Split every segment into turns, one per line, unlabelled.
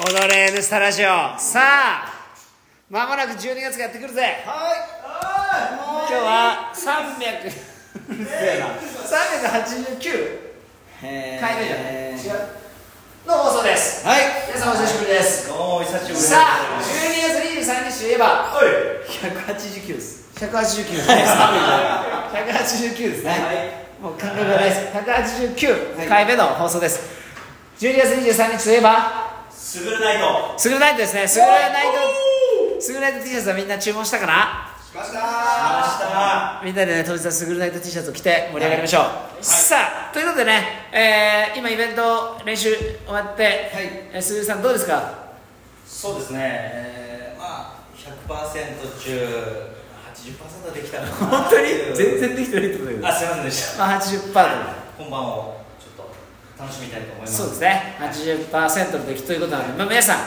踊れ N スタラジオさあまもなく12月がやってくるぜ今
はい
日は300うるせえな389
えー
回目じゃん違うの放送です
はい
皆さんお久しぶりです
おー久しぶりです
さあ12月23日といえば
おい189です
189です189ですね、もう感覚がないです
は
189
い
回目の放送です12月23日といえば
すぐるないと
スグルナイトですねスグルナイトスグルナイト T シャツはみんな注文したかな
しましたしました
みんなでね当日はスグルナイト T シャツを着て盛り上がりましょう、さあということでね、えー今イベント練習終わって、えー、鈴木さんどうですか
そうですね、えー、まあ100%中80%できたのかな
本
って
当
い
に
う
全然できてないってことだけど
あすいませんでした
まあ80%だ
本番をちょっと楽しみたいと思います
そうですね80%の出来ということなので、まあ、皆さん、
い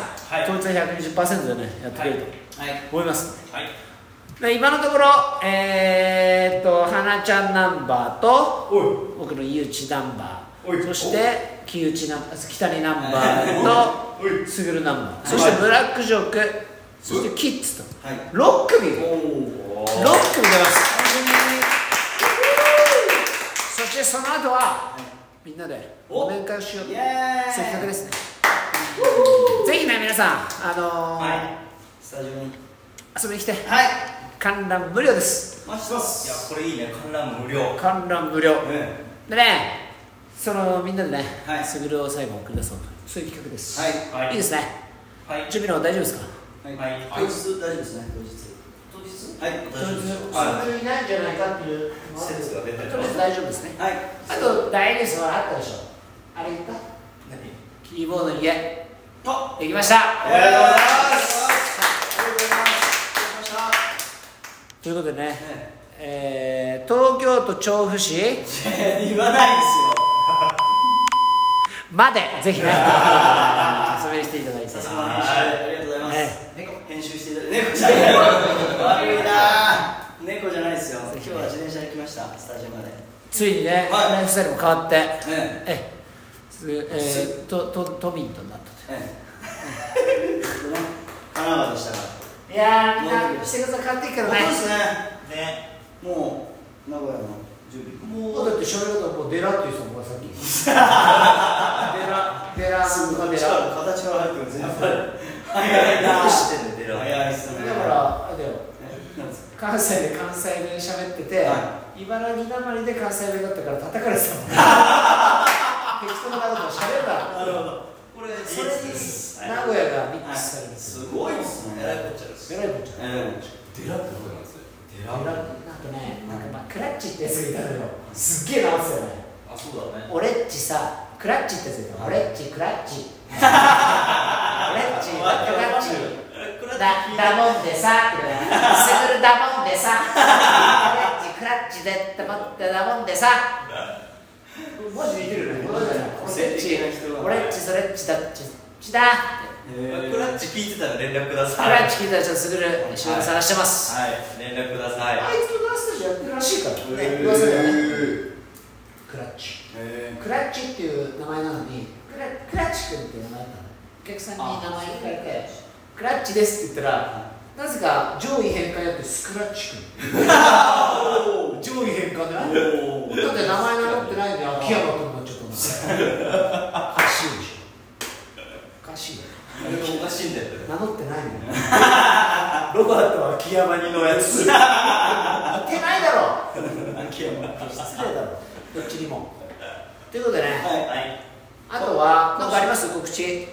当日は120%でねやってくれると
はい
思います、
はい
で今のところえー、っと花ちゃんナンバーと
おい
僕の井内ナンバ
おい
ーそして木内ナンバー北谷ナンバー
おい
とすぐるナンバーそしてブラックジョークそしてキッズと
はい
6組6組
おお
出ますそしてその後はみんなで
お
お面会をしよう
イエーイ
せっかくですねぜひね皆さんあのー
はいスタジオに
遊びに来て
はい
観覧無料です
待ちますいやこれいいね観覧無料ね
観覧無料でねそのみんなでね
はい
すぐるを最後送り出そうとそういう企画です
はいはい
いですね
はい
準備の方大丈夫ですか
はい
当日大丈夫ですね
当日はい
当日
はい
いないんじゃないかっていう
説が出たり
とりあえず大丈夫ですね
はい
あと大ニュースはあったでしょあれ言ったキーボードに家
あ
できました
ありがとうございますありがとうございますあ
ということでね
りがとうございましたね
えー東京都調布市
言わないです
までぜ ひね遊びに来ていただいて
よ。はい、ありがとうございます。猫編集していただいて、猫じゃない。悪いな。猫じゃないですよ。今日は自転車で来ました。スタジオまで。
ついにね
はい
ライフスタイルも変わって
え
えすえーとと都民となった
え え。神奈川でしたか
いや
ーみんな。
してください変わっていくかららね
ね。ね。もう名古屋の準備。
もうだってしゃべり方もうデラっていう人もさっき デラデラ
すごい
デラだか
力形から入ってますね。やっぱり。早いな。してね、出る。早いっすね。
らあれだよ
なんです
関西で関西弁喋ってて、
は
茨城なまりで関西弁だったから叩かれて たもん適当なことを喋るから
か。なるほど。これ
それに名古屋がミックスされるんですよ、
ごいですね。偉いこっちゃです。
えらいもんじゃない
え
デラってどうなんです
え。
なんかね、なんかまあ、クラッチってやつがいたのよすっげえ直すよね
あそうだね
俺っちさクラッチってやつがいたの俺っちクラッ チ俺っちクラッチだだもんでさって言うからすぐるだもんでさクラッチクラッチでって思ってだもんでさマジできるよね俺っち俺っちそれっちだっちっちだって
クラッチ聞いてたら連絡くだ
ク
さい。
ラッチ聞いたらちょっとすぐる仕事探してます
はい、連絡ください。
あいつのダンススタジオやってるらしいからね噂だよね
え
クラッチ
え
クラッチっていう名前なのにクラクラッチ君っていう名前なのお客さんに名前言われてクラッチですって言ったらなぜか上位変換やってスクラッチ君上位変換でだって名前名乗ってないんで秋山君になっちゃったもんおかしいでしょおかしいよ
おかしいんだよ。
名乗ってないの よ
ロバート秋山にのやつ。
似てないだろ
秋山。は
失礼だろどっちにもということでね、
い。はい。
あとは何かあります告知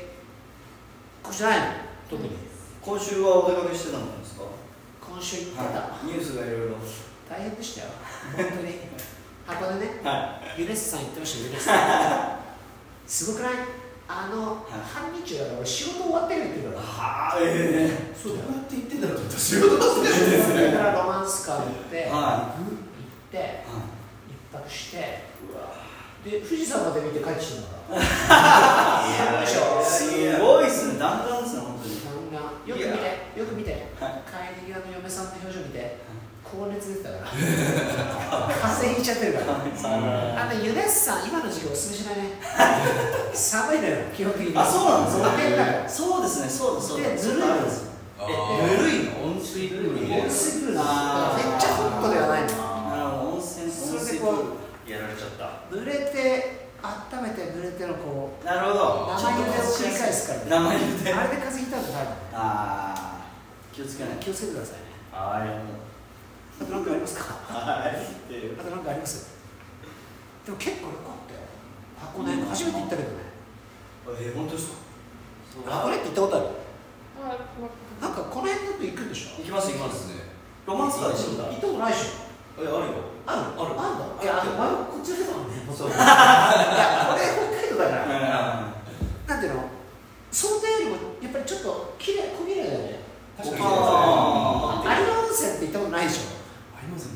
告知ないの特に
今週はお出かけしてたんですか。
今週行ってた、
ニュースがいろいろ。
大変でしたよ本当 に箱根ね
は
ユネスさん行ってましたユネスさんすごくないあの、
い
半日だから俺仕事終わってるって言うから
はあ、ええ。
そうだよ
って言ってんだろうって仕事だって
だからロマンスカー乗って、
は
グッ行って一泊してで富士山まで見て帰ってきたんだから
いや、すごいですね。だんだんですね、本当に。
そんなよく見てよく見て帰り際の嫁さんの表情見て高熱出てたから風邪ひいちゃってるからあとユネッサン今の時期おすすめしない ね寒いのよ基本的に
あそうなんです
そ
ね
の辺だから
そうですねそうだそうだ
でずるい
あ
のよ
るんですよ
あ
えぬるいの温水プール
温水プール
あー
めっちゃホットではないの
なるほど温泉
それ
温
で
水プ
こう
ー
やられちゃった
濡れて温めて濡れてのこう
ルなるほど
生湯で繰り返すから
生湯で
あれで風邪ひいたんじゃないの
あー気をつけない
気をつけてくださいね
はい
あと何かありますか
はいっていう
あと何かありますでも結構良かったよ箱根初めて行ったけどね
え本当ですか
箱根って行ったことある
あま
なんかこの辺だと行くんでしょ
行きます行きますロマンスカーでしょ
行ったことないでしょ
えあるよ
ある
ある
あるんだいやあの前もこっちでもんね
そう
いやこれ北海道だから、
う
なんていうの想定よりもやっぱりちょっと綺麗小綺麗だよね
確かに
あ
有馬温泉って行ったことないでしょ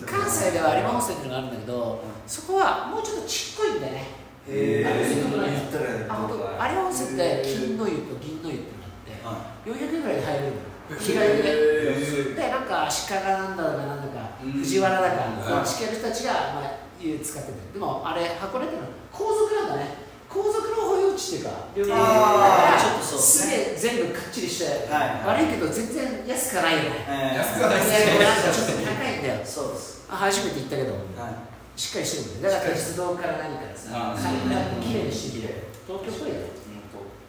関西では有馬温泉っていうのがあるんだけどそこはもうちょっとちっこいんだよね
へ
行ったらや
あ本当有馬温泉って金の湯と銀の湯ってのがあって400円ぐらいで入れるのよ日帰りで。でなんか鹿がなんだとかなんだか
うん
藤原だか
うん
まあ地形の人たちが、まあ、家使っててでもあれ箱根ってのは皇族なんだね皇族の保有地っていうか
あー
だ
ち
か
ょ
ら
っとそうです
す
ね
げえ全部かっちりして、
は
悪いけど全然安くはないよね
え
安く
全
は
然
ないですね
なんかちょっと高いんだよ
そうです
あ初めて行ったけど
はい
しっかりしてるんだよだから鉄道から何からさ
あー
階段も綺麗にしてきて東京っぽいよね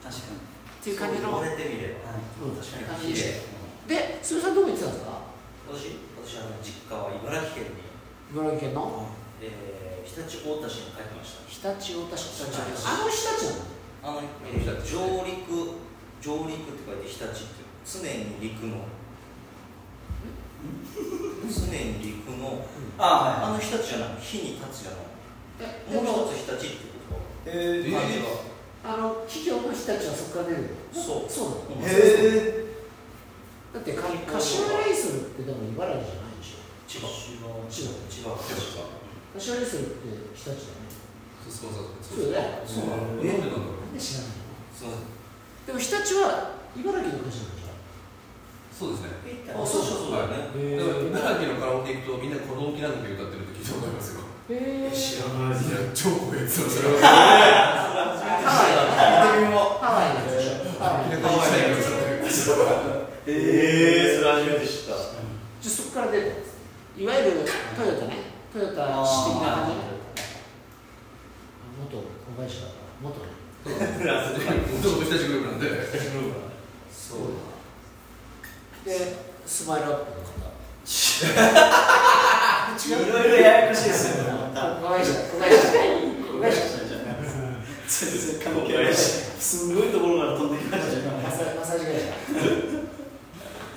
確か
っていう感じの、うん、
言われてみれば
感
確かに
じ
綺
で
麗
で鈴さんどこ行ってたんですか
私私あの実家は茨城県に
茨城県の
に
えー常陸太田市に帰ってました
常陸太田市
常陸太田市
あの日立なの
あの、えー上陸上陸って書いて日立って常に陸の常に陸のあ
あ
の日立じゃない日に立つじゃない
えで
もう
も
一つ日立ってこ
はいえ
え
あの企業の人たちはそこから出るよ
そう
そう
とかえ
なの
へ
だってか柏レイソルってでも茨城じゃないでしょ
千葉
千葉
千葉
柏レイソルって日立だよねそうだよね
そうなのなんでなんだろう
なんで知らないの
そう
でも日立は茨城の会社なんじ
そうですね
あそうそうそうだよね
へー
だから茨城のカラオケ行くとみんなこの大きな曲歌ってるって聞いたことありますよ
へえ
知らないいや超怖いやつだそれは
ゃんハワイのハワイのやつでしょハワイの
明
じ
ら
ゃ
かに知らないやつだったよ
ええそれ初めて知った
あそこから出るのいわゆるトヨタねトヨタシティな感じ元子会社だから元ね
ちょっと僕たちグループなんで
そうだでスマイルアップの方
えいろいろややこしいですよまた
子会社子会社
子会社じゃない全然関係ないしすごいところから飛んできましたよ
マッサージマッサージ会社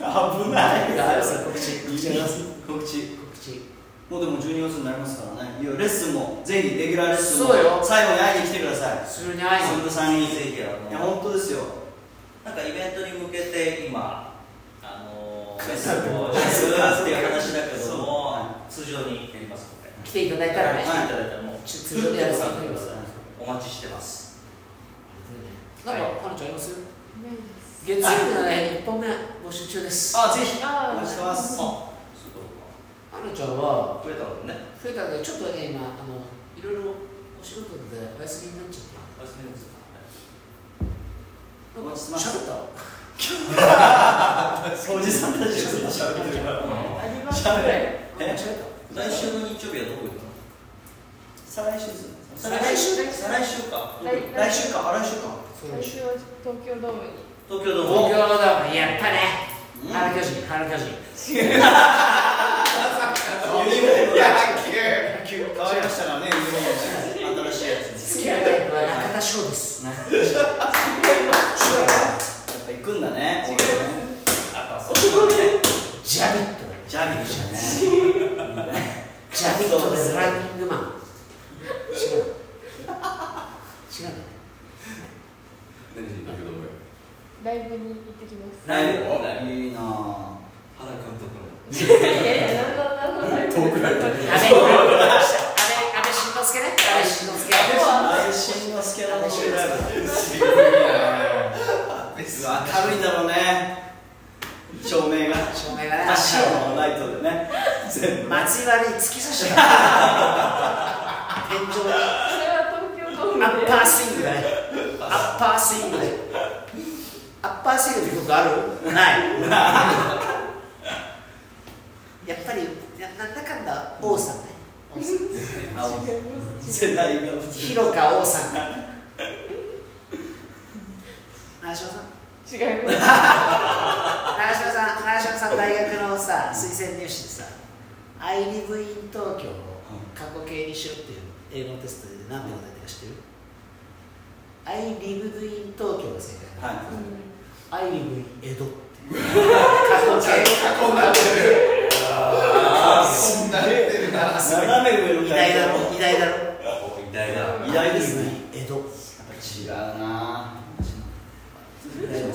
危ない
あそう告知告知あります
告知
告知
もうでも12月になりますからねいやレッスンもぜひレギュラーレッスンも
そうよ
最後に会いに来てください
それに会い
そ
に
んな3人
ぜひあ
いや
の
本当ですよ
なんかイベントに向けて今あのレッスンを
そう
するっていう話だけども
は
通常にやりますので
来ていただいたらね
来ていただいたらもう
ちょ通常でやるさなんか
お待ちしてます
彼女あります
ないです
月曜日のね一本目募集中です
あぜひ
あー
お待ちしてます
あそう
彼女
か
は
増えたのね
増えたのでちょっとね今あのいろいろお仕事でお休みになっちゃっ
お休みですか
た
お待ちしてます
喋った
おじさんたちがずっと喋ってるから
ありますね
え
喋った
来週の日曜日はどこ行くの
再来週ですね
再
来週
再来週か
来
来週かあ来週か
そう
来週は東京ドームに
東京ドーム
東京ドームやったね
うん
原巨人原巨人
いや野球変わりましたからねユニフォーム新しいやつ
付き合いたいのは中田翔です
ねやっぱ行くんだね俺ね
あそうだね
ジャビット
ジャービーでしたね
ジャビットでランニングマン違う違うね
何しに行くの
ライブに行ってきます
ライ
お
ブいいなぁ
原監督の
いやいやなんだなんだ
遠くない
安倍安倍安倍
いや
晋之助ね安倍晋之助
あれしんのすけの面白いライブ
すごいな
明るいんだろうね照明が
照明がね
真っ白のライトでね全部
松岩に突き刺してた天井に
それは東京ドーム
アッ
で
パースイングだねアッパースイングでアッパースイングって曲あるないやっぱりななんだかんだ王さんね王さん
青
違います
世代が普通
広か王さん長嶋さん
違いま
長嶋
す
さん長嶋さん大学のさ推薦入試でさ「I live in 東京」を過去形にしろっていう英語のテストで何て答えたか知ってる ?I live in 東京が正解
はい
アイリム江戸っていう過去形
そんな言ってるな
斜め上の
偉大だ
やっ
ろ偉大だろ
みたいな
偉大ですね
アイリム江戸
ぱ違うな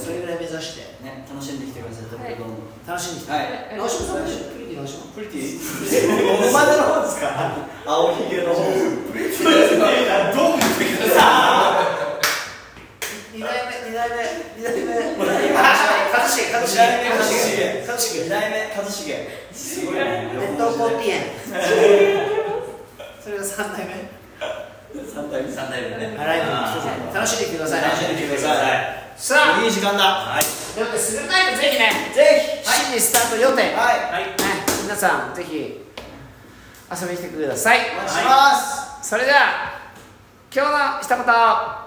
それぐらい目指して
ね楽しんできてください東京ドーム
楽しんできて
はい
直島さんもプリティ直島
プリティお前の方ですか青ひげの方
どう見てきた
二代目二代目二代目一茂一茂一茂一茂
二代目一茂
一茂
二代目一茂すごいね
伝統コピエンそれが三代目
三代目
三代目ね
アライブ楽しんでいってください
楽しんでいってください
さあ
いい時間だ
ということでスルタイムぜひね
ぜ
7時スタート予定は
ひ
い
はい
はい
皆さんぜひ遊びに来てください
お願いします
それでは今日の一言